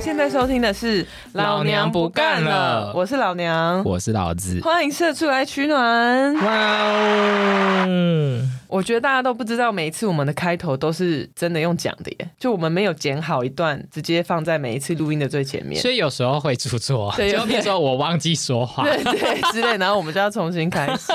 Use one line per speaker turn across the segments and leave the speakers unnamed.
现在收听的是《
老娘不干了
我是老娘，
我是老子。
欢迎社畜来取暖。
哇哦！
我觉得大家都不知道，每一次我们的开头都是真的用讲的耶，就我们没有剪好一段，直接放在每一次录音的最前面，
所以有时候会出错，
对
就比如说我忘记说话，
对 对之类，然后我们就要重新开 始。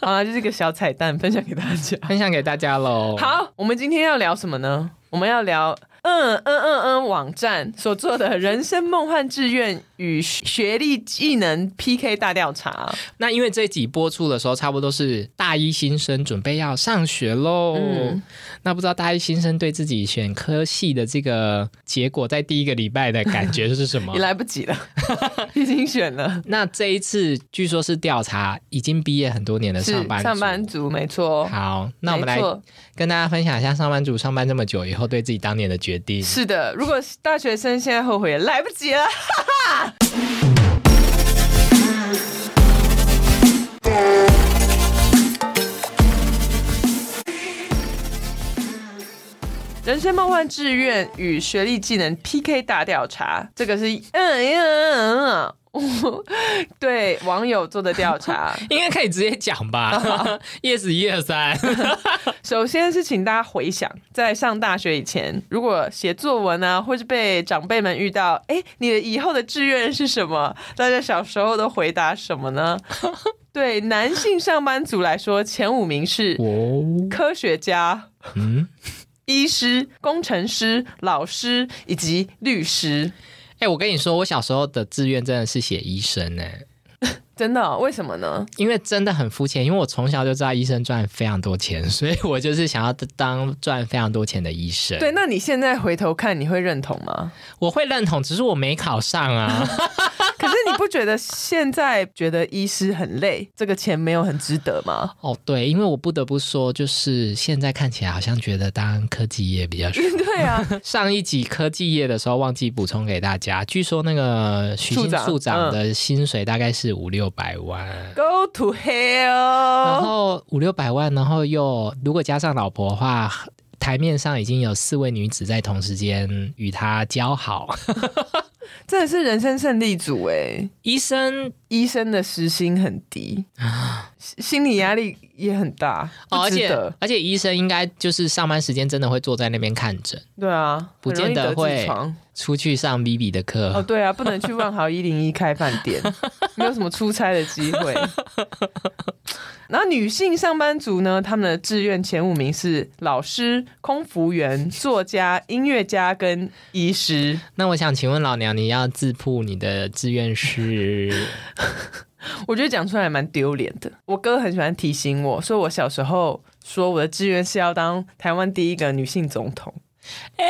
好啦，就是一个小彩蛋，分享给大家。
分享给大家喽。
好，我们今天要聊什么呢？我们要聊嗯嗯嗯嗯网站所做的人生梦幻志愿与学历技能 PK 大调查。
那因为这一集播出的时候，差不多是大一新生准备要上学喽。
嗯
那不知道大一新生对自己选科系的这个结果，在第一个礼拜的感觉是什么
也？ 来不 及了，已经选了，
那这一次据说是调查已经毕业很多年的
是
上班族
上班族，没错。
好，那我们来
没错
跟大家分享一下上班族上班这么久以后对自己当年的决定。
是的，如果大学生现在后悔，也来不及了。 人生梦幻志愿与学历技能 PK 大调查，这个是嗯嗯嗯嗯嗯， 对网友做的调 查。
应该可以直接讲 吧。yes，一二三，
首先是请大家回想，在上大学以前，如果写作文啊，或是被长辈们遇到，哎，你的以后的志愿是什么？大家小时候都回答什么 呢？对男性上班族来说，前五名是
哦，
科学家、
嗯，
医师、工程师、老师以及律师。
哎、我跟你说，我小时候的志愿真的是写医生呢、
真的哦、为什么呢？
因为真的很肤浅，因为我从小就知道医生赚非常多钱， 所以我就是想要当赚非常多钱的医生。
对，，那你现在回头看，你会认同 吗？
我会认同，只是我没考上 啊。
可是你不觉得现在觉得医师很累，这个钱没有很值得吗？
哦，对，因为我不得不说，就是现在看起来好像觉得当科技业 比较爽。
对啊，
上一集科技业的时候忘记补充给大家，据说那个徐
处
新
长嗯
处长的薪水大概是五六百万。
Go to
然
hell！
后五六百万，然后又如果加上老婆的话，台面上已经有四位女子在同时间与他交好。
真的是人生胜利组哎，
医生
医生的时薪很低，心心理压力也很大，
哦，
不
而
值
且
得。
而且医生应该就是上班时间真的会坐在那边看诊，
对啊，
不见得
很容易得痔
会
疮
出去上 B B 的课。
哦，对啊，不能去万豪一零一开饭 店，没有什么出差的机会。然后女性上班族呢，他们的志愿前五名是老师、空服员、作家、音乐家跟医师。
那我想请问老娘，你要自曝你的志愿是？
我觉得讲出来蛮丢脸的。我哥很喜欢提醒我，所以我小时候说我的志愿是要当台湾第一个女性总统。哎、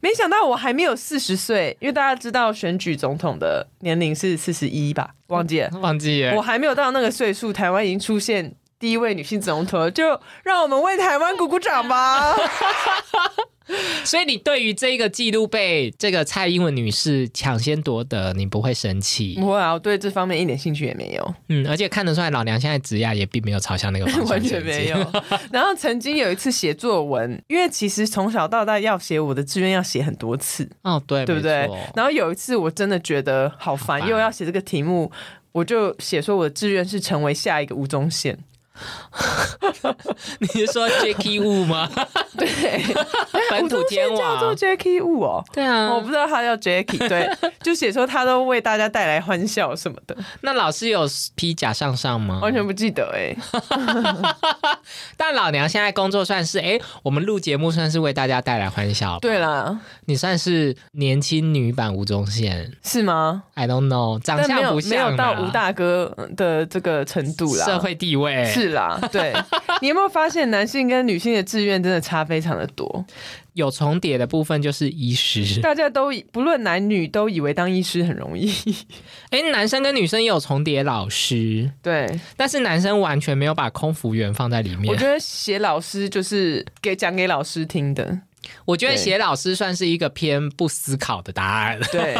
没想到我还没有四十岁，因为大家知道选举总统的年龄是四十一吧，忘记了。
忘记
我
了。
还没有到那个岁数，台湾已经出现第一位女性总统了，就让我们为台湾鼓鼓掌吧。
所以你对于这个记录被这个蔡英文女士抢先夺得，你不会生气？
不会啊，我对这方面一点兴趣也没有。
嗯，而且看得出来，老娘现在职业也并没有朝向那个方向
完全
前进
没有。然后曾经有一次写作文，因为其实从小到大要写我的志愿要写很多次，
哦，对，
对不
没
对
错？
然后有一次我真的觉得好烦，
烦
又要写这个题目，我就写说我的志愿是成为下一个吴宗宪。
你是说 Jacky Wu 吗？
对，
本
吴
土
宗
天
宪叫做
王？
Jacky Wu 哦。
对
我
啊
不，知道他叫 Jacky，对， 就写说他都为大家带来欢笑什么的，
那老师有披甲上上吗？
完全不记得哎、
但老娘现在工作算是，哎，我们录节目算是为大家带来欢笑。，
对啦，
你算是年轻女版吴宗宪
是吗？
，I don't know，长
但没
相
有
不
没有
像
到
啦
吴大哥的这个程度啦，
社会地位，
是啦， 对。你有没有发现男性跟女性的志愿真的差非常的多？
有重叠的部分就是医师。
大家都以不论男女都以为当医师很容易，
哎，男生跟女生也有重叠老师，
对。
但是男生完全没有把空服员放在里面。
我觉得写老师就是给讲给老师听 的，
我觉得
对
写老师算是一个偏不思考的答案。
对，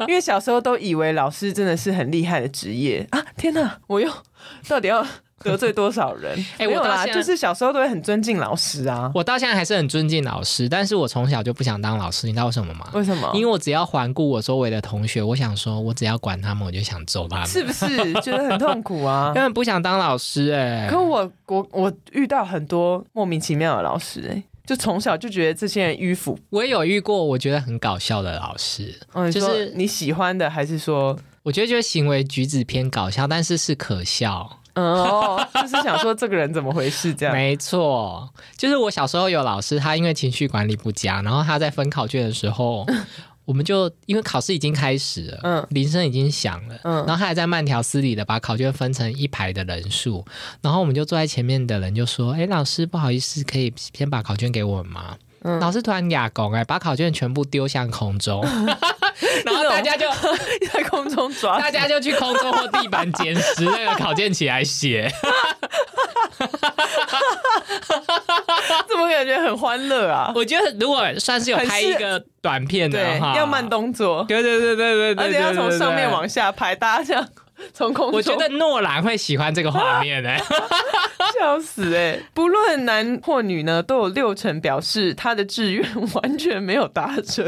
因为小时候都以为老师真的是很厉害的职业啊！天哪，我又到底要得罪多少人？
哎
没有
我到
啦，
现在
就是小时候都会很尊敬老师啊。
我到现在还是很尊敬老师，但是我从小就不想当老师，你知道为什么吗？
为什么？
因为我只要环顾我周围的同学，我想说，我只要管他们，我就想揍他们，
是不是觉得很痛苦 啊？
根本不想当老师哎、
可我我我遇到很多莫名其妙的老师、哎，就从小就觉得这些人迂腐。
我也有遇过我觉得很搞笑的老师，
嗯，
就
就是是你喜欢的，还是说，
我觉得就是行为举止偏搞笑，但是是可笑。
嗯， 哦，就是想说这个人怎么回事这样？
没错，就是我小时候有老师，他因为情绪管理不佳，然后他在分考卷的 时候，我们就因为考试已经开始了，
嗯
铃声已经响了，
嗯
然后他还在慢条斯理的把考卷分成一排的人数，然后我们就坐在前面的人就说：“哎，老师，不好意思，可以先把考卷给我们吗？”
嗯
老师突然哑拱，哎，把考卷全部丢向 空中，然后大家就
在空中抓
大家就去空中或地板捡拾那个考卷起来写。
怎么感觉很欢乐啊？
我觉得如果算是有拍一个短片
对
的话，，
要慢。动作，
对对对对对对，
而且要
对
从上面。
对对
往下拍，大家这样从空中，
我觉得诺兰会喜欢这个
啊
画面哎、
笑死哎、不论男或女呢，都有六成表示他的志愿完全没有达 成，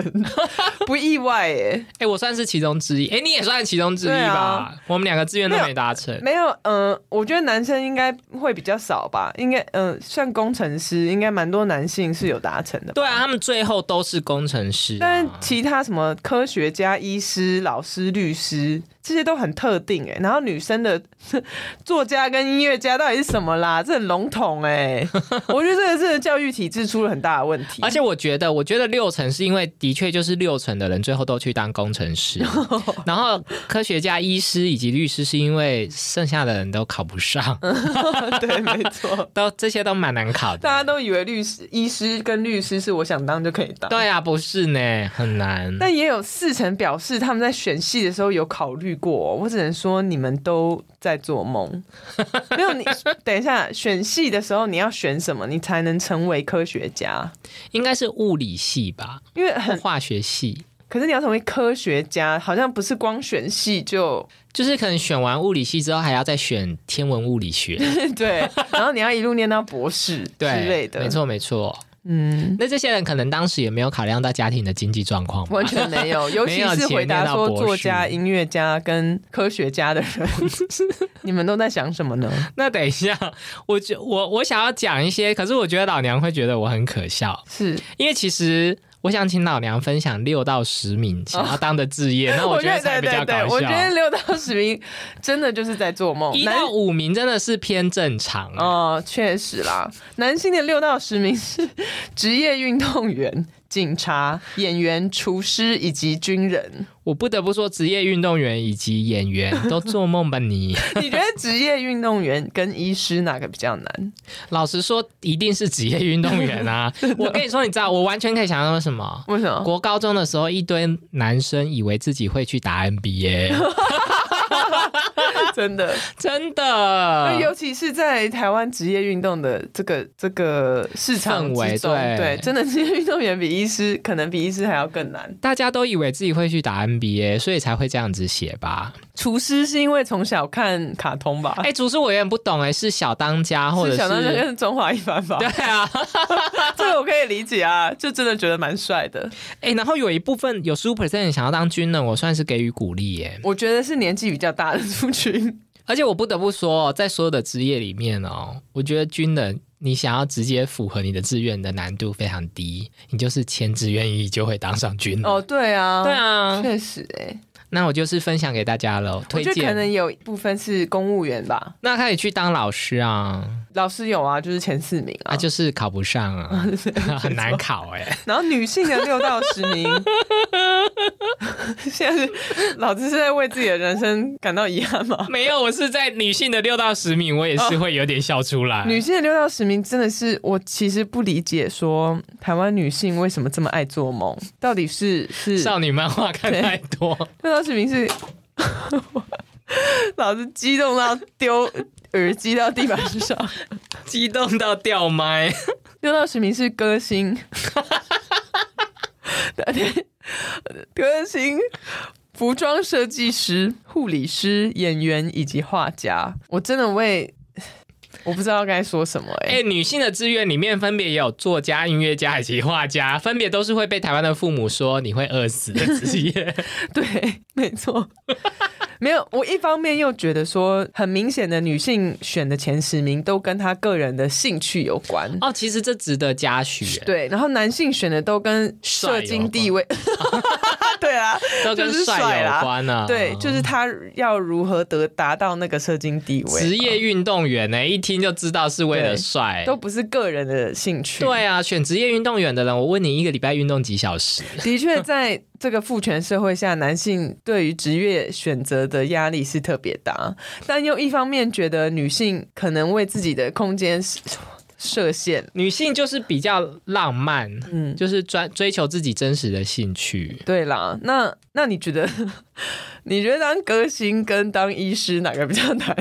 不意外哎、
哎、我算是其中之一，哎、你也算是其中之一
对
吧？
啊
我们两个志愿都没达成。
没有，嗯、我觉得男生应该会比较少吧，应该，嗯、像工程师，应该蛮多男性是有达成的吧。
对啊，他们最后都是工程师、啊，
但其他什么科学家、医师、老师、律师，这些都很特定哎、然后女生的作家跟音乐家到底是什么啦？这很笼统哎、我觉得这个这个教育体制出了很大的问题。
而且我觉得，我觉得六成是因为的确就是六成的人最后都去当工 程师，然后科学家、医师以及律师是因为剩下的人都考不上，
嗯对，没错。
都这些都蛮难考的
大。家都以为律师、医师跟律师是我想当就可以当，
对啊，不是呢，很难。
但也有四成表示他们在选戏的时候有考虑过哦、我只能说你们都在做梦。没有你，等一下选戏的时候你要选什么，你才能成为科学家？
应该是物理系吧，
因为
或
很，
化学系，
可是你要成为科学家，好像不是光选戏就
就是可能选完物理系之后还要再选天文物理学
对，然后你要一路念到博士 之
对
类的。
没，错没错。
嗯，
那这些人可能当时也没有考量到家庭的经济状 况吧，
完全没 有，尤其是回答说作家、音乐家跟科学家的 人，你们都在想什么呢？
那等一下，我觉我我想要讲一些，可是我觉得老娘会觉得我很可笑，
是，
因为其实我想请老娘分享六到十名想要当的 志业，那我觉得才比
对
较
对
搞
对，我觉得
笑。
六到十名真的就是在做梦。
一
男
到五名真的是偏正常，
哦，确实啦，男性的六到十名是职业运动员、警察、演员、厨师以及军人。
我不得不说，职业运动员以及演员都做梦吧你。
你觉得职业运动员跟医师哪个比较难？
老实说，一定是职业运动员 啊！我跟你说，你知道，我完全可以想象什么？
为什么？
国高中的时候，一堆男生以为自己会去打 NBA，
真的，
真
那
的。
尤其是在台湾职业运动的这个这个市场
氛围
之中，
对
对，真的职业运动员比医师可能比医师还要更 难。
大家都以为自己会去打 NBA，所以才会这样子写吧？
厨师是因为从小看卡通吧？
哎、主厨我有点不懂哎、是小当家或者
是
是
想到就跟中华一番吧
对， 啊，
这个我可以理解啊，就真的觉得蛮帅的。
哎、然后有一部分有十五 percent 想要当军人，我算是给予鼓励耶、
我觉得是年纪比较大的族群，
而且我不得不说，在所有的职业里面哦，我觉得军人你想要直接符合你的志愿的难度非常低，你就是签志愿役就会当上军人。
哦，对啊，
对，啊，
确实、欸，
那我就是分享给大家喽，
我
推
觉得可
荐。
能有一部分是公务员吧，
那可以去当老师啊，
老师有啊，就是前四名啊，
啊，就是考不上 啊，很难考哎、
然后女性的六到十名，现在是老子是在为自己的人生感到遗憾吗？
没有，我是在女性的六到十名，我也是会有点笑出来。
女性的六到十名真的是，我其实不理解，说台湾女性为什么这么爱做梦？到底是是
少女漫画看太多，
六到十名是， 老子激动到丢耳机到地板上。
激动到掉麦。
六到十名是歌星，歌星、服装设计师、护理师、演员以及画家。我真的为我不知道该说什么哎、
哎、女性的志愿里面分别也有作家、音乐家以及画家，分别都是会被台湾的父母说你会饿死的职业。
对，没错。没有，我一方面又觉得说，很明显的女性选的前十名都跟她个人的兴趣有关，
哦，其实这值得嘉许耶，
对，然后男性选的都跟社经地位， 对啊，
都跟
就是
帅
帅啦
有关啊。
对，就是他要如何得达到那个社经地位，
职业运动员呢、一听就知道是为了
对
帅。
啊都不是个人的兴趣。，
对啊，选职业运动员的人，我问你一个礼拜运动几小时？
的确，在这个父权社会下，男性对于职业选择的压力是特别大，但又一方面觉得女性可能为自己的空间设设限。
女性就是比较浪漫，
嗯，
就是专追求自己真实的兴趣。
对啦，那那你觉得，你觉得当歌星跟当医师哪个比较难？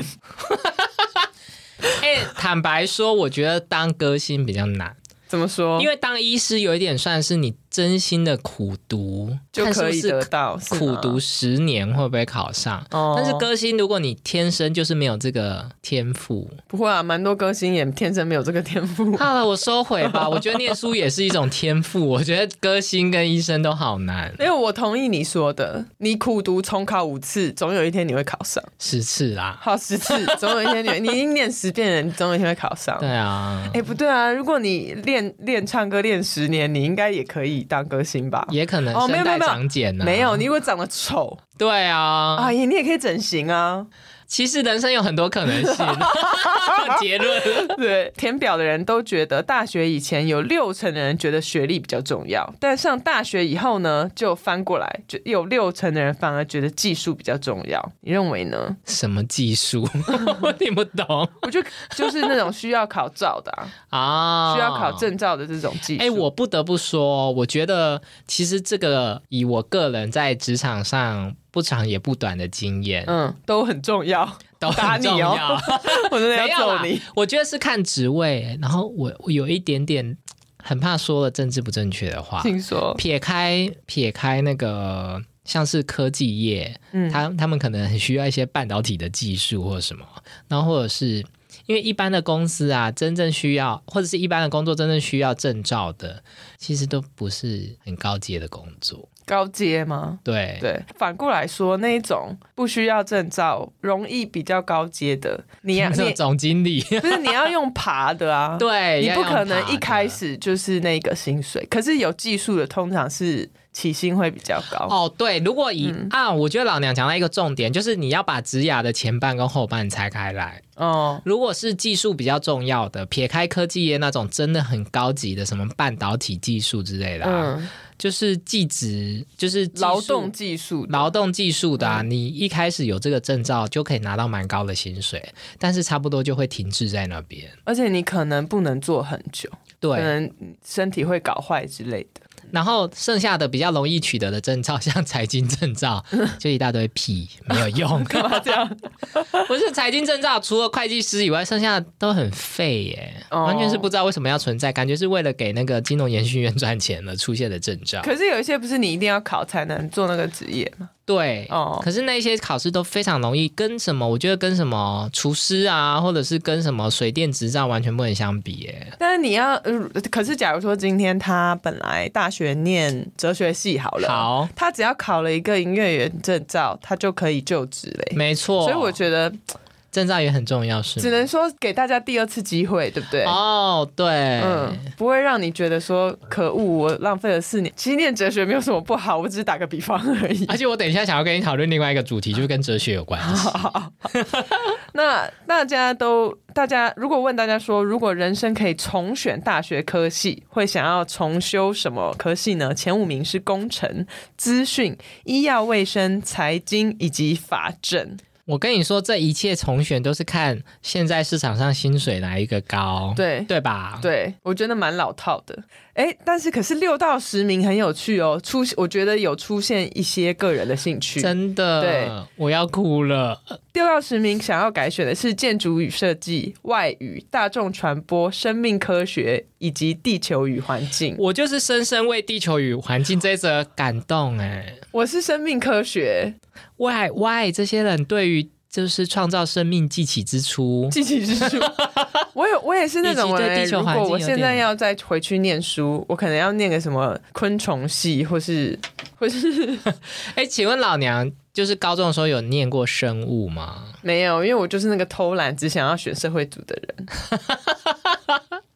哎、坦白说，我觉得当歌星比较难，
怎么说？
因
为
为当医师有一点算是你真心的苦读，
就
看是
可
不
以
是
得到是
苦
吗
读十年会不会考上。
哦
但是歌星，如果你天生就是没有这个天赋，
不会啊，蛮多歌星也天生没有这个天赋。啊
好了，我收回吧。我觉得念书也是一种天赋，我觉得歌星跟医生都好难，
因为我同意你说的，你苦读重考五次，总有一天你会考上。
十次啦。
好，十次，总有一天你会你已经念十遍了，你总有一天会考上。
对啊
哎、，不对啊！如果你练练唱歌练十年，你应该也可以当歌星吧？
也可能
哦没有
声带
没有
长茧呢、
没有，你如果长得丑，
对啊，
阿姨、你也可以整形啊。
其实人生有很多可能 性。结论
对，填表的人都觉得大学以前有六成的人觉得学历比较重要，但上大学以后呢，就翻过来，就有六成的人反而觉得技术比较重要。你认为呢？
什么技术？ 我听不懂
我就就是那种需要考照的、啊，
啊，
需要考。证照的这种技术。
哎、我不得不说，我觉得其实这个以我个人在职场上不长也不短的经验，
嗯都很重要，
都
打
很
你
重要。
哦 我真的
没
要
有啦
揍你。，
我觉得是看职位。然后我我有一点点很怕说了政治不正确的话，
听说，
撇开撇开那个像是科技业，
嗯，
他他们可能很需要一些半导体的技术或者什么，然后或者是因为一般的公司啊，真正需要或者是一般的工作真正需要证照的，其实都不是很高阶的工作。
高阶吗？
对，
对，反过来说，那一种不需要证照、容易比较高阶的，你 要
那
你
总经理，
不是你要用爬的啊？
对，
你
要
不
用
可能
爬
一
的
开始就是那个薪水，可是有技术的通常是起薪会比较高。
哦，对，如果以、
嗯
啊，我觉得老娘讲到一个重点，就是你要把职涯的前半跟后半拆开来。
哦，
如果是技术比较重要的，撇开科技业那种真的很高级的，什么半导体技术之类的、啊，
嗯，
就是技职，就是技术
劳动嗯技术的，
劳动技术的、啊，你一开始有这个证照就可以拿到蛮高的薪水，但是差不多就会停滞在那边。
而且你可能不能做很久，可
对，
能身体会搞坏之类的。
然后剩下的比较容易取得的证照，像财经证 照，就一大堆屁，没有用。
干嘛这样？
不是财经证照，除了会计师以外，剩下的都很废耶，
哦
完全是不知道为什么要存在，感觉是为了给那个金融研训院赚钱而出现的证照。
可是有一些不是你一定要考才能做那个职业吗？
对，
哦
可是那些考试都非常容易，跟什么我觉得跟什么厨师啊，或者是跟什么水电执照完全不能相比耶。
但是你要，呃可是假如说今天他本来大学念哲学系好了，
好，
他只要考了一个音乐员证照，他就可以就职嘞。
没错，
所以我觉得
证照也很重要，是吗
只能说给大家第二次机会，对不对？
哦，对，
嗯，不会让你觉得说可恶，我浪费了四年。其实念哲学没有什么不好，我只是打个比方而已。
而且我等一下想要跟你讨论另外一个主题，就是跟哲学有关
啊
系。
那大家都，大家如果问大家说，如果人生可以重选大学科系，会想要重修什么科系呢？前五名是工程、资讯、医药卫生、财经以及法政。
我跟你说，这一切重选都是看现在市场上薪水哪一个高，
对
对吧？
对，我觉得蛮老套的。哎，但是可是六到十名很有趣哦，出我觉得有出现一些个人的兴趣。
真的，
对，
我要哭了。
六到十名想要改选的是建筑与设计、外语、大众传播、生命科学以及地球与环境。
我就是深深为地球与环境这一则感动哎。
我是生命科学，
Why why 这些人对于就是创造生命记起 之初，
记起之 书。我有，我也是那种
以及
人、
对地球
如
环境
果我
有
现在
点
要再回去念书，我可能要念个什么昆虫系，或是或是
哎，请问老娘就是高中的时候有念过生物吗？
没有，因为我就是那个偷懒只想要选社会组的 人。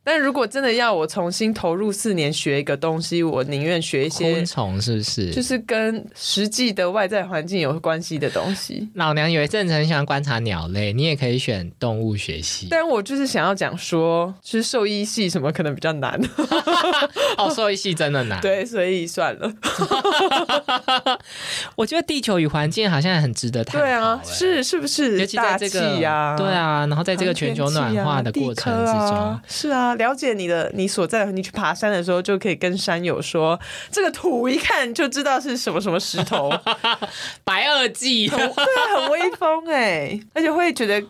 但如果真的要我重新投入四年学一个东西，我宁愿学一些
昆虫是不是？
就是跟实际的外在环境有关系的东 西。
老娘有一阵子很喜欢观察鸟类，你也可以选动物学系。
但我就是想要讲说，其实兽医系什么可能比较难，
哦，兽医系真的难。，
对，所以算了。
我觉得地球与环境好像很值得探讨。
对啊，
哎，
是是不是？
尤其在
大
这
气
个
呀，
对，啊，然后在这个全球暖化的过程之中，
啊、是啊，了解你的你所在的，你去爬山的时候就可以跟山友说，这个土一看就知道是什么什么石 头，
白垩纪
对啊，很威风哎、而且会觉得。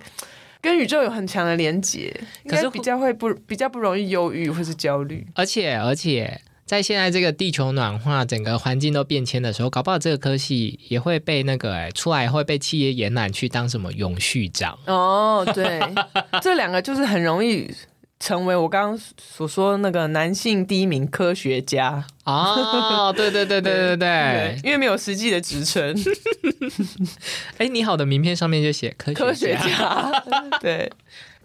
跟宇宙有很强的连结，应
可是
该比较会不比较不容易忧郁或是焦虑。
而且而且，在现在这个地球暖化、整个环境都变迁的时候，搞不好这个科系也会被那个哎、出来会被企业延揽去当什么永续长。
哦， 对，这两个就是很容易成为我刚刚所说的那个男性第一名科学家，
哦，对对对对对对，哎、
因为没有实际的职称，
哎你好的名片上面就写科学
科学
家
家，对。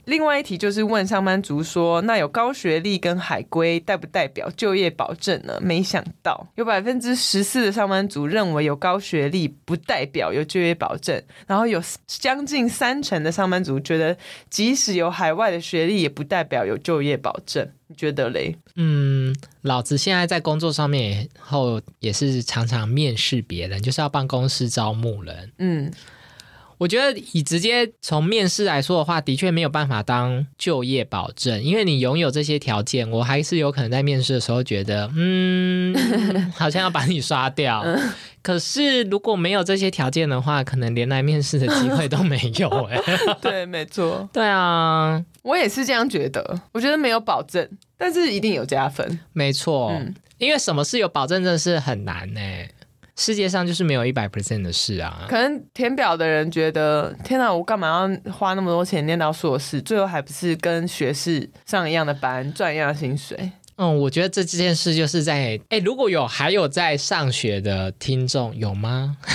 另外一题就是问上班族说，那有高学历跟海归代不代表就业保证呢？没想到有百分之十四的上班族认为有高学历不代表有就业保证，然后有将近三成的上班族觉得，即使有海外的学历也不代表有就业保证。你觉得嘞？
嗯，老子现在在工作上面也后也是常常面试别人，就是要帮公司招募人。
嗯，
我觉得以直接从面试来说的话，的确没有办法当就业保证，因为你拥有这些条件，我还是有可能在面试的时候觉得，嗯，好像要把你刷掉。可是如果没有这些条件的话，可能连来面试的机会都没有、哎，
对，没错，
对啊，
我也是这样觉得。我觉得没有保证，但是一定有加分。
没错，
嗯
因为什么事有保证真的是很难呢、世界上就是没有一百 percent 的事啊。
可能填表的人觉得，天哪，我干嘛要花那么多钱念到硕士？最后还不是跟学士上一样的班，赚一样的薪水？
嗯，我觉得这件事就是在哎，如果有还有在上学的听众 有吗？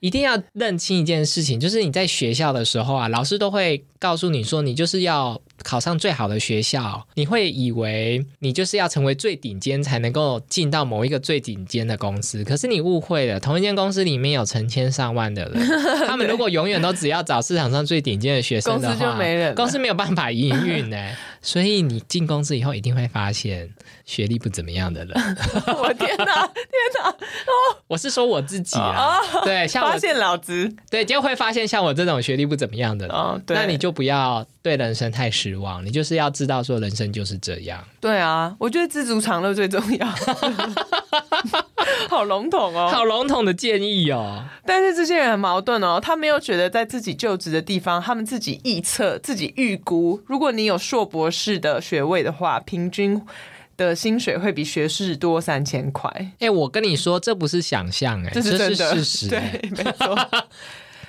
一定要认清一件事情，就是你在学校的时候啊，老师都会告诉你说，你就是要考上最好的学校，你会以为你就是要成为最顶尖才能够进到某一个最顶尖的公司，可是你误会了，同一间公司里面有成千上万的 人，他们如果永远都只要找市场上最顶尖的学生的话，
公司就没人了
公司没有办法营运呢、所以你进公司以后，一定会发现学历不怎么样 的人。
我天哪，
我是说我自己啊，对，像
哦发
我
现老子
对，就会发现像我这种学历不怎么样的人，
哦，对，
那你就不要对人生太失望，你就是要知道说人生就是这样。
对啊，我觉得知足常乐最重 要。好笼统哦，
好笼统的建议哦，
但是这些人很矛盾哦，他没有觉得在自己就职的地方，他们自己臆测、自己预估，如果你有硕博士的学位的话，平均的薪水会比学士多三千块，
哎、我跟你说，这不是想象、哎，
这是
是
真的，
事实、哎
对，没错。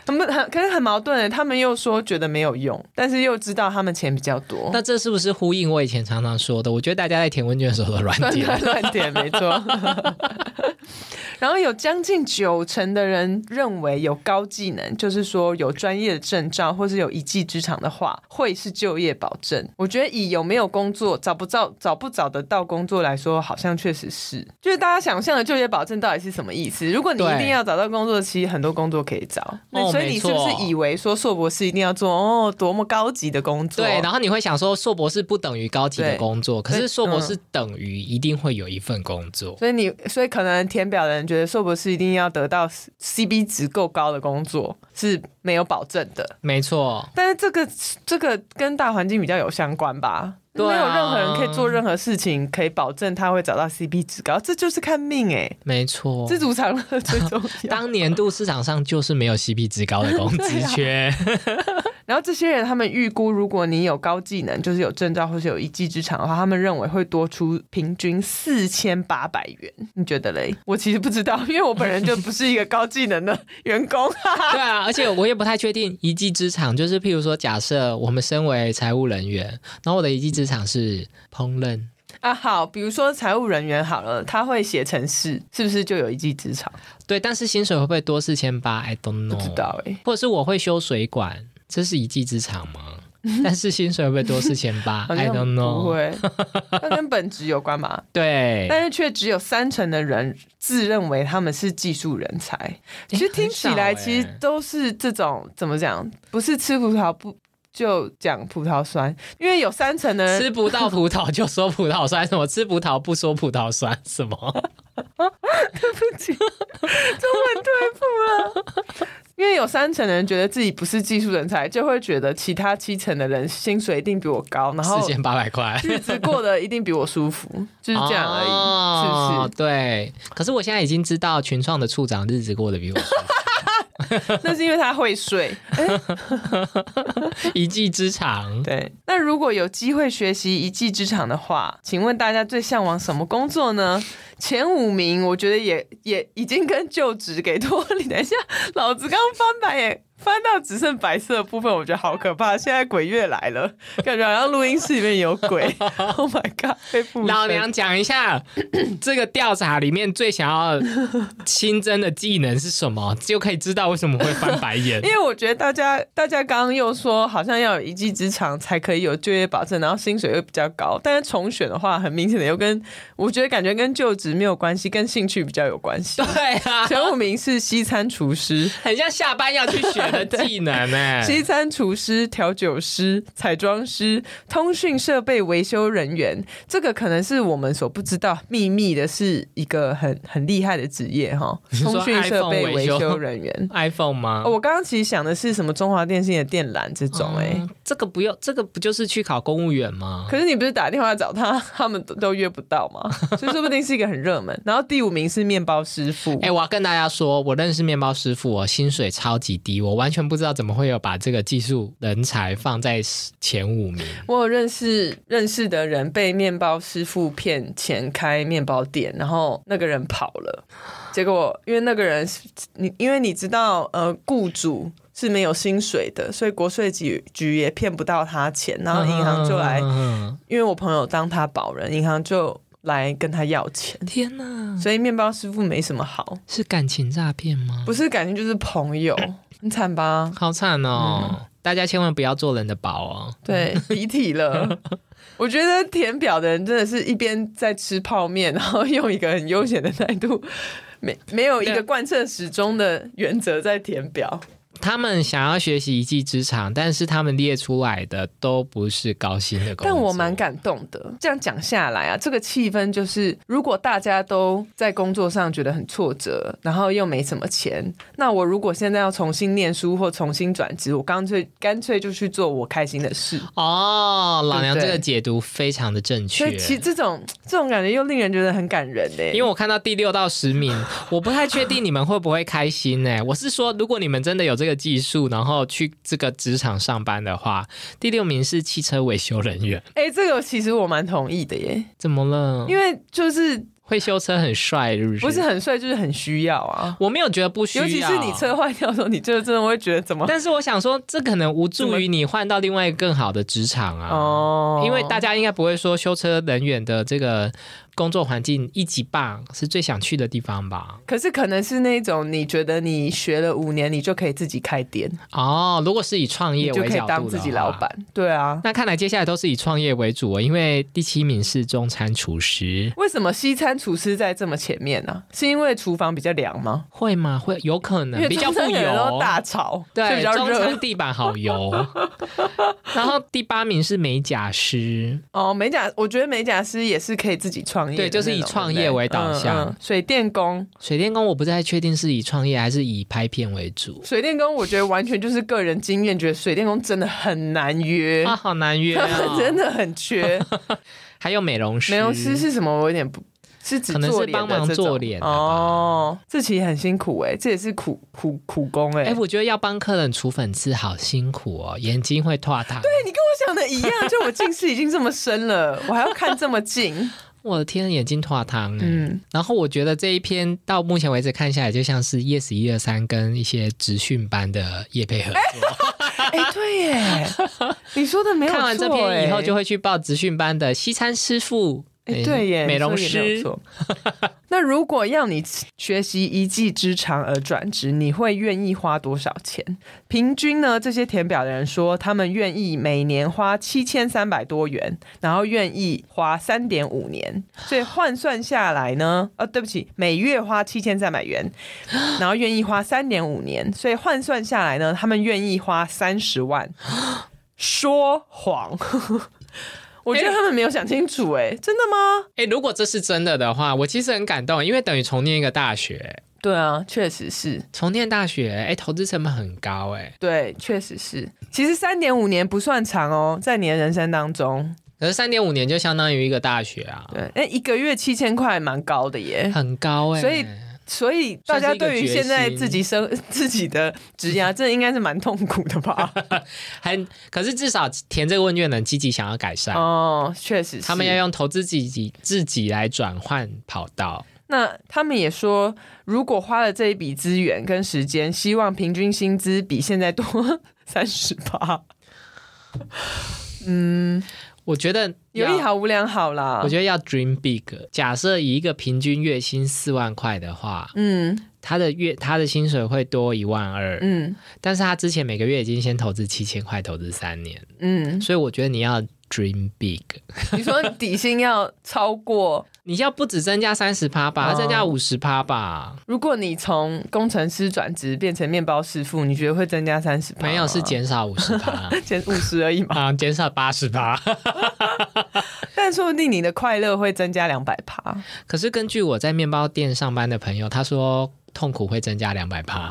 他们很可是很矛盾的，他们又说觉得没有用，但是又知道他们钱比较多，
那这是不是呼应我以前常常说的？我觉得大家在填问卷的时候的 软
乱
点
点乱点，没 错。然后有将近九成的人认为有高技能，就是说有专业的证照或是有一技之长的话，会是就业保证。我觉得以有没有工作、找不找找不找得到工作来说，好像确实是。就是大家想象的就业保证到底是什么意思？如果你
对
一定哦要找到工作，其实很多工作可以找。那所以
没
你是
错
不是以为说硕博士一定要做哦多么高级的工作？
对，然后你会想说，硕博士不等于高级的
对
工作，可
对嗯
是硕博士等于一定会有一份工作。
所以你，所以可能填表的人觉得硕博士一定要得到 C B 值够高的工作是没有保证的，
没错，
但是这个这个跟大环境比较有相关吧。
对啊
没有任何人可以做任何事情可以保证他会找到 C B 值高，这就是看命哎、
没错。
知足常乐最重要。
当年度市场上就是没有 CP 值高的工资
对啊
缺，
然后这些人他们预估，如果你有高技能，就是有证照或是有一技之长的话，他们认为会多出平均四千八百元。你觉得嘞？我其实不知道，因为我本人就不是一个高技能的员工。
对啊，而且我也不太确定一技之长，就是譬如说，假设我们身为财务人员，然后我的一技之长是烹饪，
啊，好，比如说财务人员好了，他会写程式，是不是就有一技之长？
对，但是薪水会不会多四千八？I don't
不
know，
知道哎、
或者是我会修水管，这是一技之长吗？但是薪水会不会多四千八
好
？I
像
don't
不
know。
会，那跟本职有关吧？
对，
但是却只有三成的人自认为他们是技术人才。其实听起来，
很少欸
其实都是这种怎么讲？不是吃葡萄不就讲葡萄酸？因为有三成的人
吃不到葡萄就说葡萄酸，什么吃葡萄不说葡萄酸，什么？
因为有三成的人觉得自己不是技术人才，就会觉得其他七成的人薪水一定比我高，然
四
后
千八百块，
日子过得一定比我舒 服，就是这样而已，是不
哦
是？
对。可是我现在已经知道群创的处长日子过得比我舒服
那是因为他会睡。
一技之 长。
对，那如果有机会学习一技之长的话，请问大家最向往什么工作呢？前五名，我觉得也也已经跟就职给脱离。等一下，老子刚翻白眼，翻到只剩白色的部分，我觉得好可怕。现在鬼月来了，感觉好像录音室里面有 鬼。Oh my god！被附身
老娘讲一下，这个调查里面最想要新增的技能是什么，就可以知道为什么会翻白眼
因。为我觉得大家大家刚刚又说好像要有一技之长才可以有就业保证，然后薪水又比较高，但是重选的话，很明显的又跟我觉得感觉跟就职没有关系，跟兴趣比较有关 系。
对啊，
前五名是西餐厨师、
很像下班要去学的技能 呢、
西餐厨师、调酒师、彩妆师、通讯设备维修人员，这个可能是我们所不知道秘密的，是一个很很厉害的职业哈。
说
通讯设备
iPhone 维
维
修
修人员。
iPhone 吗？
哦我刚刚其实想的是什么中华电信的电缆这种哎、
嗯这个不用，这个不就是去考公务员吗？
可是你不是打电话找他， 他们都都约不到 吗？所以说不定是一个很热门。然后第五名是面包师傅，
哎、我要跟大家说，我认识面包师傅哦，薪水超级低，我完全不知道怎么会有把这个技术人才放在前五名。
我有认识认识的人被面包师傅骗钱开面包店，然后那个人跑了，结果因为那个人是你，因为你知道呃，雇主。是没有薪水的，所以国税局局也骗不到他钱，然后银行就来，
嗯
因为我朋友当他保人，银行就来跟他要钱，
嗯天哪，
所以面包师傅没什么好，
是感情诈骗吗？
不是感情就是朋友，很惨吧？
好惨哦！
嗯
大家千万不要做人的宝哦。
对，离体了。我觉得填表的人真的是一边在吃泡面，然后用一个很悠闲的态度，没没有一
对
个贯彻始终的原则在填表。
他们想要学习一技之长，但是他们列出来的都不是高薪的工作。
但我蛮感动的。这样讲下来啊，这个气氛就是，如果大家都在工作上觉得很挫折，然后又没什么钱，那我如果现在要重新念书或重新转职，我干脆干脆就去做我开心的事。
哦，老娘
对不
这
对
个解读非常的正
所
确
以。其实这种这种感觉又令人觉得很感人呢、
因为我看到第六到十名，我不太确定你们会不会开心呢、欸我是说，如果你们真的有这个技术，然后去这个职场上班的话，第六名是汽车维修人员。
哎、这个其实我蛮同意的耶，
怎么了？
因为就是
会修车很帅，是不是？
不是，很帅，就是很需要啊。
我没有觉得不需要。
尤其是你车坏掉的时候，你就真的会觉得怎么
但是我想说，这可能无助于你换到另外一个更好的职场啊。
哦，
因为大家应该不会说修车人员的这个工作环境一级棒是最想去的地方吧？
可是可能是那种你觉得你学了五年，你就可以自己开店，
哦，如果是以创
你
业
就
为
可以
角
当
度
自
的
己
话
老板。对啊，
那看来接下来都是以创业为主哦，因为第七名是中餐厨师，
为什么西餐厨师在这么前面呢、是因为厨房比较凉吗？
会吗？会有可
因
能
为
比较
中
富
餐的人
有
都，大吵，所以
对，
比较
中餐
热。
地板好油。 然后第八名是美甲师，
哦，美甲，我觉得美甲师也是可以自己创业的
对
那种，
就是
对
以
不对
创业为导向
嗯嗯水电工，
水电工我不太确定是以创业还是以拍片为主
水电工，我觉得完全就是个人经验，觉得水电工真的很难约，
啊，好难约
他
哦
们真的很缺。
还有美容师，
美容师是什么？我有点不是指
可能
做
是
脸
帮
的
忙
这种
做脸的吧
哦，这其实很辛苦哎、这也是苦苦苦工哎、
哎、我觉得要帮客人除粉刺好辛苦哦，眼睛会脱汤。对，
你跟我想的一样，就我近视已经这么深了，我还要看这么近，
我的天，眼睛脱汤。嗯，
嗯，
然后我觉得这一篇到目前为止看下来，就像是 Yes 一二三跟一些职训班的业配合作。
哎、对耶，你说的没有错、欸
看完这篇以后，就
会
会去报职训班的西餐师傅。
哎、
嗯
对耶，
美容
你说也没有
师。
错。 那如果要你学习一技之长而转职，你会愿意花多少钱？平均呢？这些填表的人说，他们愿意每年花七千三百多元，然后愿意花三点五年，所以换算下来呢， 呃，对不起，每月花七千三百元，然后愿意花三点五年，所以换算下来呢，他们愿意花三十万。说谎， 我觉得他们没有想清楚、哎，真的吗？
哎、如果这是真的的话，我其实很感动，因为等于重念一个大学，
对啊，确实是。
重念大学，哎、投资成本很高、哎。
对，确实是。其实三点五年不算长哦，在你的人生当中，
可是三点五年就相当于一个大学啊，
对，哎，一个月七千块蛮高的 耶。
很高哎、
所以所以大家对于现在自己生 自己的职涯，这应该是蛮痛苦的 吧？
很，可是至少填这个问卷的人积极想要改善，
哦，确实是。
他们要用投资自己自己来转换跑道。
那他们也说，如果花了这一笔资源跟时间，希望平均薪资比现在多三十八，
我觉得
有
要
一，好无两好啦
我。觉得要 dream big。假设以一个平均月薪四万块的话，
嗯
他的月他的薪水会多一万二、
嗯
但是他之前每个月已经先投资七千块，投资三年，
嗯，
所以我觉得你要 dream big。
你说底薪要超过
你要不止增加三十趴吧，
哦
要增加五十趴吧？
如果你从工程师转职变成面包师傅，你觉得会增加三十？
没有，是减少五十 趴。
减五十而已 嘛。
啊，减少八十趴。
但说不定你的快乐会增加两百趴。
可是根据我在面包店上班的朋友，他说痛苦会增加两百 趴。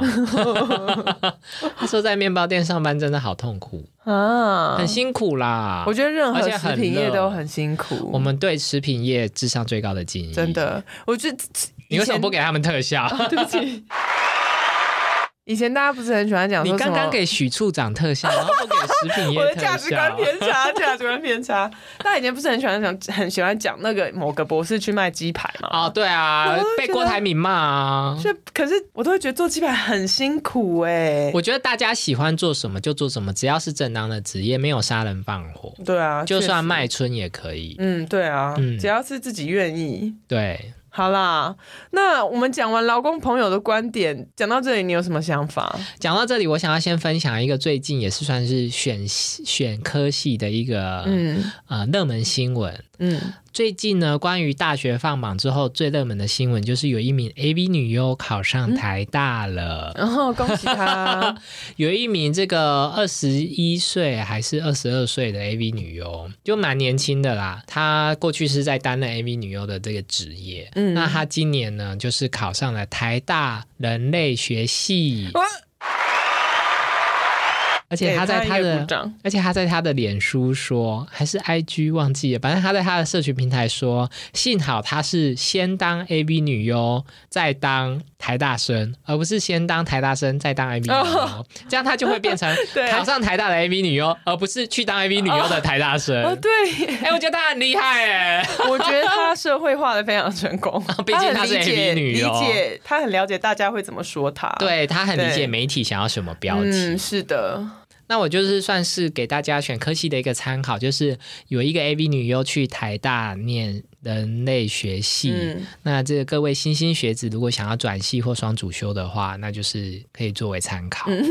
他说在面包店上班真的好痛苦，
啊！
很辛苦啦。
我觉得任何
而且
食
很
品业
热
都很辛苦。
我们对食品业致上最高的敬意。
真，的，我觉得
你为什么不？
以
给他们特效？
前 对不起，以前 大家不是很喜欢讲
你
说什
刚
么
刚给许处长特效，然后不给食品
我
业
的
特
价值观
效。
偏差， 价值观偏差。大家以前不是很喜欢讲，很喜欢讲那个某个博士去卖鸡排嘛？
哦，对啊
我都觉，得
被郭台铭骂啊。
就可是我都会觉得做鸡排很辛苦哎、
我觉得大家喜欢做什么就做什么，只要是正当的职业，没有杀人放火，
对啊，
就
确
算
实
卖春也可以。
嗯，对啊，
嗯
只要是自己愿意。
对，
好啦，那我们讲完劳工朋友的观点，讲到这里，你有什么想法？
讲到这里，我想要先分享一个最近也是算是选系选科系的一个、
嗯
呃热门新闻。
嗯，
最近呢，关于大学放榜之后最热门的新闻，就是有一名 AV 女优考上台大了。
然后恭喜他，
有一名这个二十一岁还是二十二岁的 AV 女优，就蛮年轻的啦。她过去是在担任 AV 女优的这个职业，
嗯
那她今年呢，就是考上了台大人类学系，
哇
而且她在她
给一个
的
鼓掌，
而且他在他的脸书说，还是 IG 忘记了，反正他在他的社群平台说，幸好他是先当 AV 女优，再当台大生，而不是先当台大生再当 AV 女优，
哦
这样他就会变成
对
考上台大的 AV 女优，而不是去当 AV 女优的台大生。哎、
哦，对，
我觉得他很厉害哎、
我觉得他社会化的非常成 功，
毕竟
哦他
她
很
是
理解
AV 女
理
优
解他很了解大家会怎么说他，，
对他很理
哦对
解媒体想要什么标题。
嗯，是的，
那我就是算是给大家选科系的一个参考，就是有一个 AV 女优去台大念人类学系，
嗯
那这个各位新兴学子如果想要转系或双主修的话，那就是可以作为参考。
嗯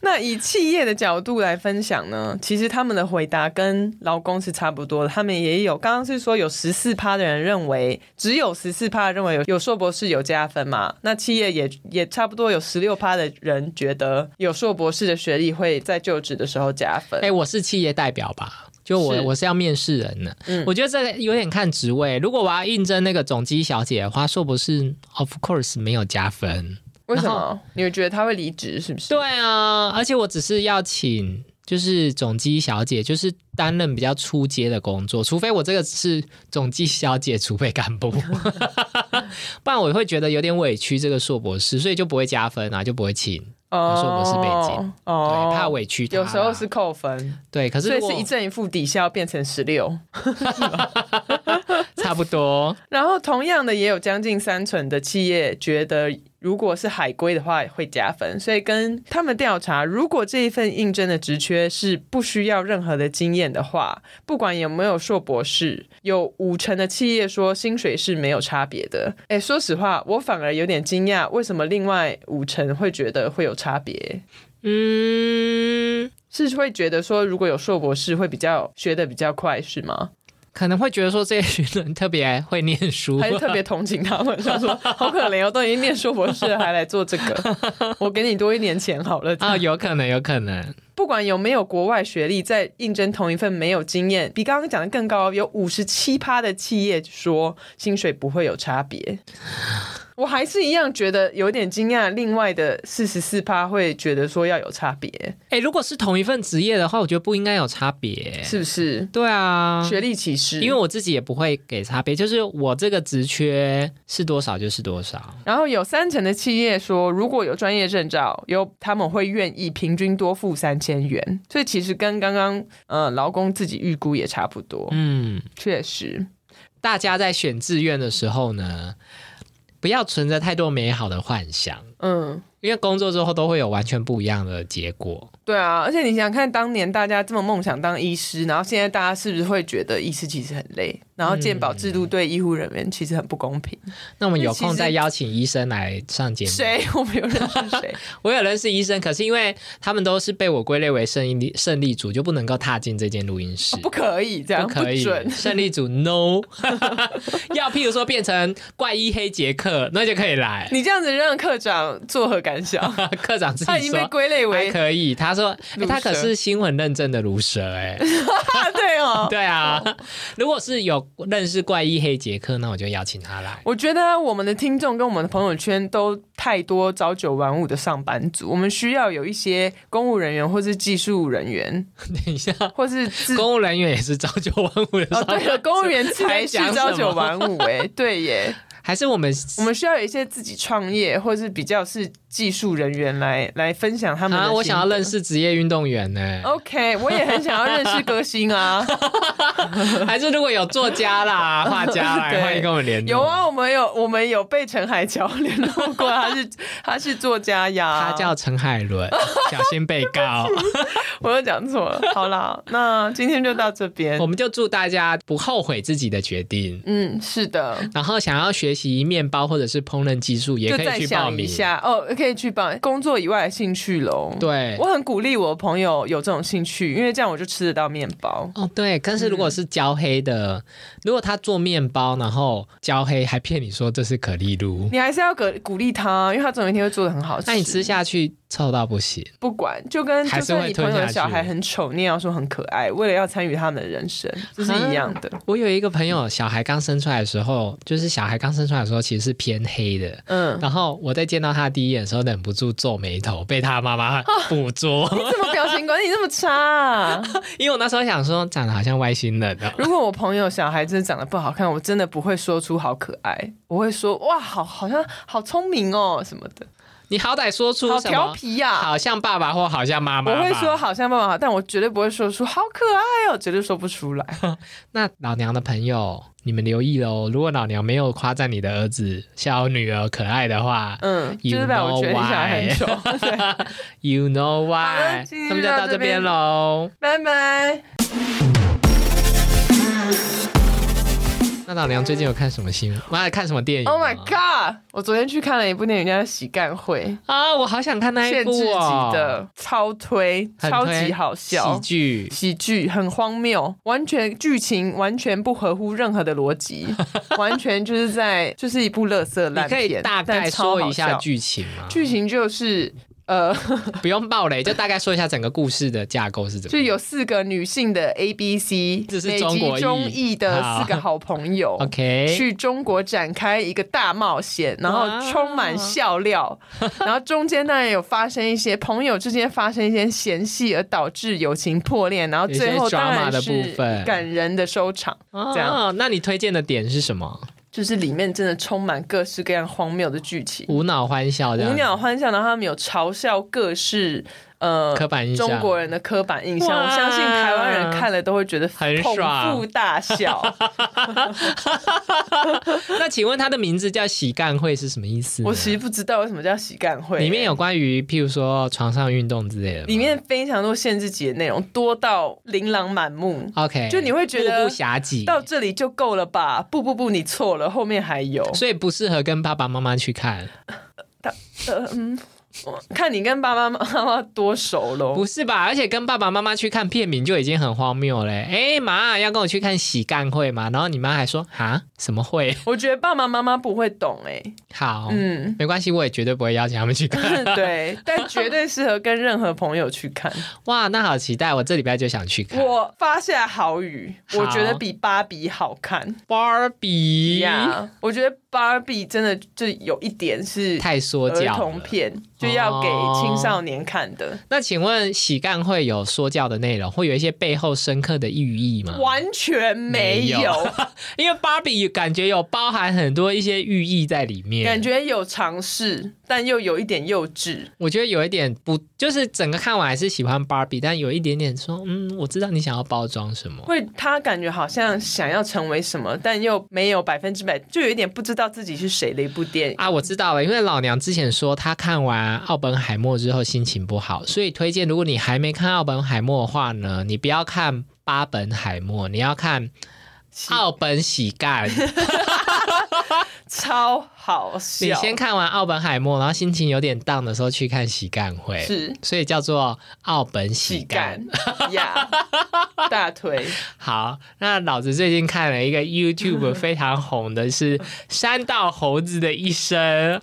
那以企业的角度来分享呢，其实他们的回答跟劳工是差不多的。他们也有刚刚是说有十四趴的人认为，只有十四趴认为有有硕博士有加分嘛。那企业也也差不多有十六趴的人觉得有硕博士的学历会在就职的时候加分。
哎、我是企业代表吧？就我
是
我是要面试人的，
嗯
我觉得这个有点看职位。如果我要应征那个总机小姐的话，硕博士 of course 没有加分。
为什
然
么？你会觉得他会离职是不是？
对啊，而且我只是要请就是总机小姐，就是担任比较初阶的工作，除非我这个是总机小姐储备干 部， 不然我会觉得有点委屈这个硕博士，所以就不会加分啊，就不会请，
哦，
硕博士背景
哦，
对，怕委屈他啦
有时候是扣分，
对，可是
所以
啊如果
是一正一负抵消变成十六，
差不多，
然后同样的也有将近三成的企业觉得。如果是海归的话会加分，所以跟他们调查，如果这一份应征的职缺是不需要任何的经验的话，不管有没有硕博士，有五成的企业说薪水是没有差别的。哎，说实话，我反而有点惊讶，为什么另外五成会觉得会有差别？
嗯，
是会觉得说，如果有硕博士会比较学的比较快，是吗？
可能会觉得说这群人特别会念书，
还是特别同情他们，想说好可怜哦，都已经念硕博士了，还来做这个， 我给你多一年钱好了。
啊，有可能，有可能，
不管有没有国外学历，在应征同一份没有经验，比刚刚讲的更高，有五十七趴的企业说薪水不会有差别。我还是一样觉得有点惊讶，另外的四十四趴会觉得说要有差别，
哎、如果是同一份职业的话，我觉得不应该有差别，
是不是？
对啊，
学历歧视，
因为我自己也不会给差别，就是我这个职缺是多少就是多少。
然后有三成的企业说，如果有专业证照，有他们会愿意平均多付三千元，所以其实跟刚刚呃劳工自己预估也差不多，
嗯，
确实。
大家在选志愿的时候呢，不要存着太多美好的幻想，
嗯，
因为工作之后都会有完全不一样的结果。
对啊，而且你想想看，当年大家这么梦想当医师，然后现在大家是不是会觉得医师其实很累？然后健保制度对医护人员其实很不公平。
那我们有
那
空
其实
再邀请医生来上节目。
谁？我没有认识 谁。
我有认识医生，可是因为他们都是被我归类为胜利胜利组，就不能够踏进这间录音室。
哦不可以这样，
不可以，
准。
胜利组 no，要譬如说变成怪医黑杰克，那就可以来。
你这样子让科长作何感想？
科长 自
他已
己
经被
说
归类
还
为
可以，他说、欸
毒
他可
蛇
是新闻认证的毒蛇 哎、
啊，对哦，
对啊，如果是有认识怪医黑杰克，那我就邀请他来。
我觉得我们的听众跟我们的朋友圈都太多朝九晚五的上班族，我们需要有一些公务人员或是技术人员，
等一下，
或是自
公务人员也是朝九晚五的上
哦
班，
对了，公务员才是
在讲什
朝
么
九晚五哎、 对耶，
还是我们
我们需要有一些自己创业或是比较是技术人员来来分享他们的
啊？
心得哦
我想要认。识职业运动员呢、
OK，我也很想要认识歌星 啊！
还是如果有作 家啦、画家
对
来，欢迎跟我们联络。
有，啊，我们有我们有被陈海桥联络过，他是 他是作家呀，
他叫陈海伦，
哦
小心被 告。
我又讲错了。好啦，那今天就到这边
我。们就祝大家不后悔自己的决定。
嗯，是的，
然后想要学习面包或者是烹饪技术，也
就
可
再
以去报
想
名
一。下哦，可以去报工作以外的兴趣喽。，
对，
我很鼓励我朋友有这种兴趣，因为这样我就吃得到面包。
哦，对，但是如果是焦黑的，
嗯
如果他做面包，然后焦黑还骗你说这是可丽露，
你还是要鼓鼓励他，因为他总有一天会做的很好吃。
那你吃下去臭到不行。
不管，就跟
还
就是算
会
你朋友的
吞下
小孩
去
很丑，你也要说很可爱，为了要参与他们的人生，这是一样的。
我有一个朋友，小孩刚生出来的时候，就是小孩刚生出来的时候其实是偏黑的。
嗯，
然后我在见到他第一眼的时候，忍不住皱眉头，被他妈妈捕捉，
怎么表情管理那么差、啊？
因为我那时候想说，长得好像外星人哦。
如果我朋友小孩真的长得不好看，我真的不会说出好可爱，我会说哇，好好像好聪明哦什么的，
你好歹说出
好
什
调
么？
皮啊呀、
好像爸爸或好像妈妈
我
吧。
会说好像爸爸好，但我绝对不会说出好可爱哦，绝对说不出 来。
那老娘的朋友，你们留意喽！如果老娘没有夸赞你的儿子、小女儿可爱的话、
嗯，就
You
是被我
know
觉得你小孩很丑。对，
y o u
好
know
的
why，
今天
那么就
就到
到
这
这
边
边喽。
拜拜。
那老娘最近有看什么新闻？我还看什么电影啊
Oh my
吗
god！我昨天去看了一部电影，叫《喜干会
啊，我好想看》，那一
限制
部
级
哦，
的，超推，
很
超
推
级好笑
喜。剧。
喜剧很荒谬，完全剧情完全不合乎任何的逻 辑，完全就是在就是一部垃圾
你
烂
可以
片。
大概
但超
说
好
一下
笑
剧情吗？
剧情就是呃，
不用暴雷，就 大概说一下整个故事的架构是怎么
就
样。
有四个女性的 A、B、C，
这是
美
中
籍
国裔
中裔的
好
四个好朋友
OK，
去中国展开一个大冒险，然后
哇
充满笑料，然后中间当然有发生一些朋友之间发生一些嫌隙，而导致友情破裂，然后最后
有一些 drama
当然
的
是
部分
感人的收场。
这
这样
哦样，那你推荐的点是什么？
就是里面真的充满各式各样荒谬的剧情，
无脑欢笑这
无
样子，
鸟欢笑，然后他们有嘲笑各式呃
刻板印象。
中国人的刻板印象，
哇
我相信台湾人看了都会觉得
很
捧腹
爽啊
大 笑。
那请问他的名字叫喜干会是什么意思呢？
我其实不知道为什么叫喜干会，
里面有关于譬如说床上运动之类的吗，
里面非常多限制级的内容，多到琳琅满目，
OK，
就你会觉得
目不暇给，
到这里就够了吧？不不不，你错了，后面还有。
所以不适合跟爸爸妈妈去看。
呃嗯，我看你跟爸爸妈妈多熟喽
不。是吧？而且跟爸爸妈妈去看片名就已经很荒谬嘞。哎、妈，要跟我去看喜干会吗？然后你妈还说啊什么会？
我觉得爸爸妈妈不会懂哎、
好，
嗯，
没关系，我也绝对不会邀请他们去看。
对，但绝对适合跟任何朋友去看。
哇，那好期待，我这礼拜就想去看。
我发下好语，
好
我觉得比芭比好看。
芭比
呀我觉得芭比真的就有一点是
太说
儿
教
童
了。
片，就要给
哦
青少年看的。
那请问喜干会有说教的内容，会有一些背后深刻的寓意吗？
完全没有，
哦没因为芭比感觉有包含很多一些寓意在里 面，
感觉有尝试，但又有一点幼稚。
我觉得有一点不，就是整个看完还是喜欢芭比，但有一点点说，嗯，我知道你想要包装什么。
会，他感觉好像想要成为什么，但又没有百分之百，就有一点不知道自己是谁的一部电影。
啊，我知道了，因为老娘之前说她看完《奥本海默》之后心情不好，所以推荐如果你还没看《奥本海默》的话呢，你不要看《巴本海默》，你要看《奥本喜 干》。
超好笑。
你先看完《奥本海默》，然后心情有点荡的时候去看喜干会，
是
所以叫做《奥本喜
喜
干》。
干呀，大 腿
好，那老子最近看了一个 YouTube 非常红的是《山道猴子的 一生》，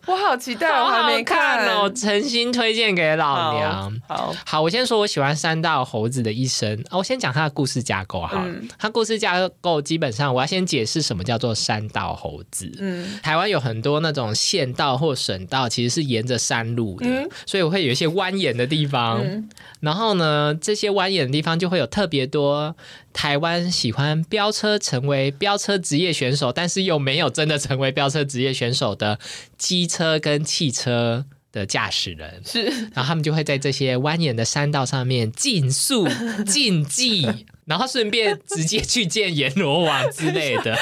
我好期待，我
好
还
好
没
看哦，诚心推荐给老
好
娘。
好，
好，我先说我喜欢山道猴子的一生啊，我先讲它的故事架构好了。
嗯
它故事架构基本上我要先解释什么叫做山道猴子。
嗯，
台湾有很多那种县道或省道，其实是沿着山路的，
嗯
所以我会有一些蜿蜒的地方。
嗯
然后呢，这些蜿蜒的地方就会有特别多台湾喜欢飙车、成为飙车职业选手，但是又没有真的成为飙车职业选手的机车跟汽车的驾驶人。
是
然后他们就会在这些蜿蜒的山道上面 竞速、竞技，然后顺便直接去见阎罗王之类 的。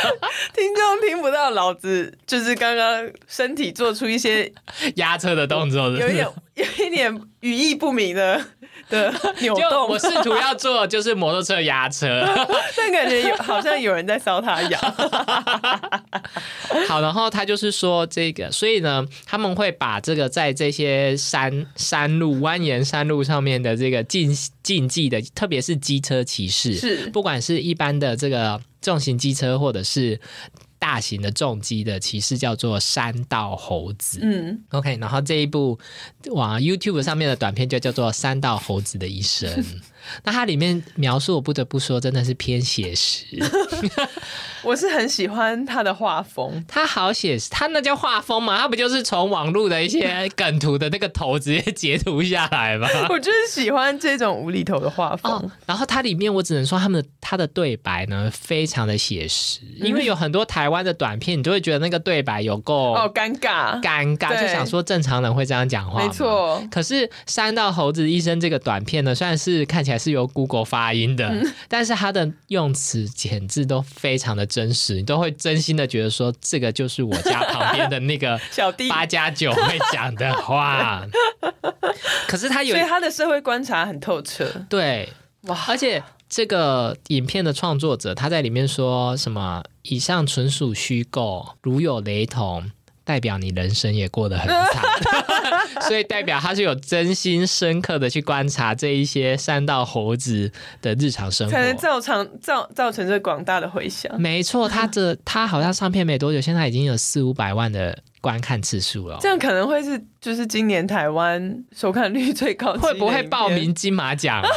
听众听不到老子就是刚刚身体做出一些
压车的动作，
有一 点有一点语义不明的 的扭
就
动
我，试图要做就是摩托车压车。
但感觉有好像有人在搔他痒。
好，然后他就是说这个，所以呢，他们会把这个在这些山山路蜿蜒山路上面的这个竞竞技的，特别是机车骑士，
是
不管是一般的这个重型机车或者是。大型的重机的骑士叫做山道猴子、
嗯，
o k 然后这一部往 YouTube 上面的短片就叫做《山道猴子的一生》，那它里面描述我不得不说真的是偏写实，
我是很喜欢他的画风，
他好写实，他那叫画风嘛，他不就是从网络的一些梗图的那个头直接截图下来吗？
我就是喜欢这种无厘头的画
哦
风。，
然后它里面我只能说他们的他的对白呢非常的写实，
嗯
因为有很多台湾的短片，你就会觉得那个对白有够
哦，尴尬，
尴尬，
对
就想说正常人会这样讲话，
没。错，
可是《山道猴子医生》这个短片呢，虽然是看起来是由 Google 发音的，
嗯
但是它的用词简直都非常的真实，你都会真心的觉得说，这个就是我家旁边的 那个
小弟。
八加九会讲 的话。可是他有
所以他的社会观察很透彻，
对，
哇
而且这个影片的创作者他在里面说什么？以上纯属虚构，如有雷同。代表你人生也过得很 惨，所以代表他是有真心深刻的去观察这一些山道猴子的日常生活，
才能造成造造成这广大的回响。
没错，他这他好像上片没多久，现在已经有四五百万的观看次数了
这。样可能会是就是今年台湾收看率最高的
会不会
影片
报？名金马奖啊？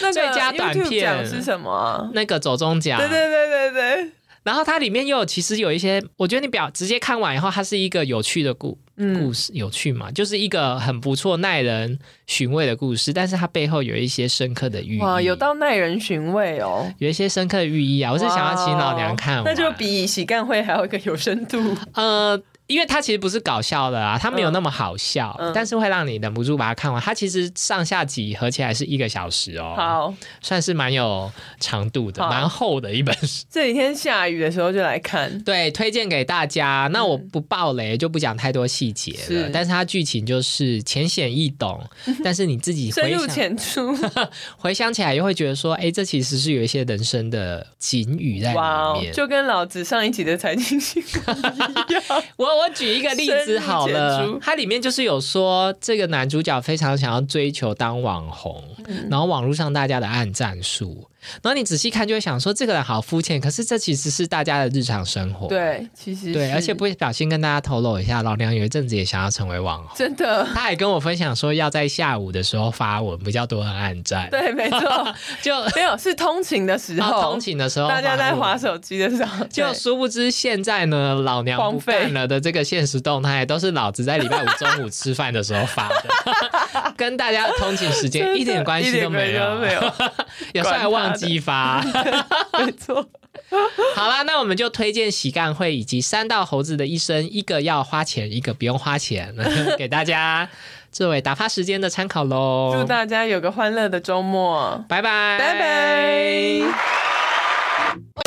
那个
最佳短
YouTube
片
奖是什么啊？
那个走中奖，
对对对对对，
然后它里面又有其实有一些，我觉得你表直接看完以后，它是一个有趣的故故
嗯，
事，有趣嘛，就是一个很不错、耐人寻味的故事，但是它背后有一些深刻的寓意，
哇，有到耐人寻味哦。
有一些深刻的寓意啊。我是想要请老娘看完，
那就比喜干会还要更有深度。
呃。因为它其实不是搞笑的啊，它没有那么好笑，
嗯嗯
但是会让你忍不住把它看完。它其实上下集合起来是一个小时哦，
好，
算是蛮有长度的，
好
蛮厚的一本书。
这几天下雨的时候就来看。
对，推荐给大家。那我不爆雷，就不讲太多细节了。
嗯是
但是它剧情就是浅显易 懂，但是你自己
深
回
入
想
浅出，
回想起来，又会觉得说，哎，这其实是有一些人生的警语在
哇
里
哦，
面。
就跟老子上一集的财经新闻一样。
我我举一个例子好
深入
了
浅出，
它里面就是有说，这个男主角非常想要追求当网红，
嗯
然后网络上大家的暗战术。然后你仔细看就会想说，这个人好肤浅，可是这其实是大家的日常生活。
对，其实
对，
是
而且不小心跟大家透露一下，老娘有一阵子也想要成为网红。
真的，
他还跟我分享说，要在下午的时候发文，比较多人暗赞。
对，没 错，
就
没有是通勤的时
然
候，
后哦通勤的时候，
大家在划。手机的时候，
就
对
殊不知现在呢，老娘不
荒废
干了的这个现实动态，都是老子在礼拜五中午吃饭的时候发的， 跟大家的通勤时
真
间
的
一点关系都没
一点关系都
有，
没有，
有时候还忘记发。
没 错，
好啦，那我们就推荐喜干会以及三道猴子的一生，一个要花钱，一个不用花钱， 给大家作为打发时间的参考
祝
喽。
大家有个欢乐的周末，
拜拜，
拜拜。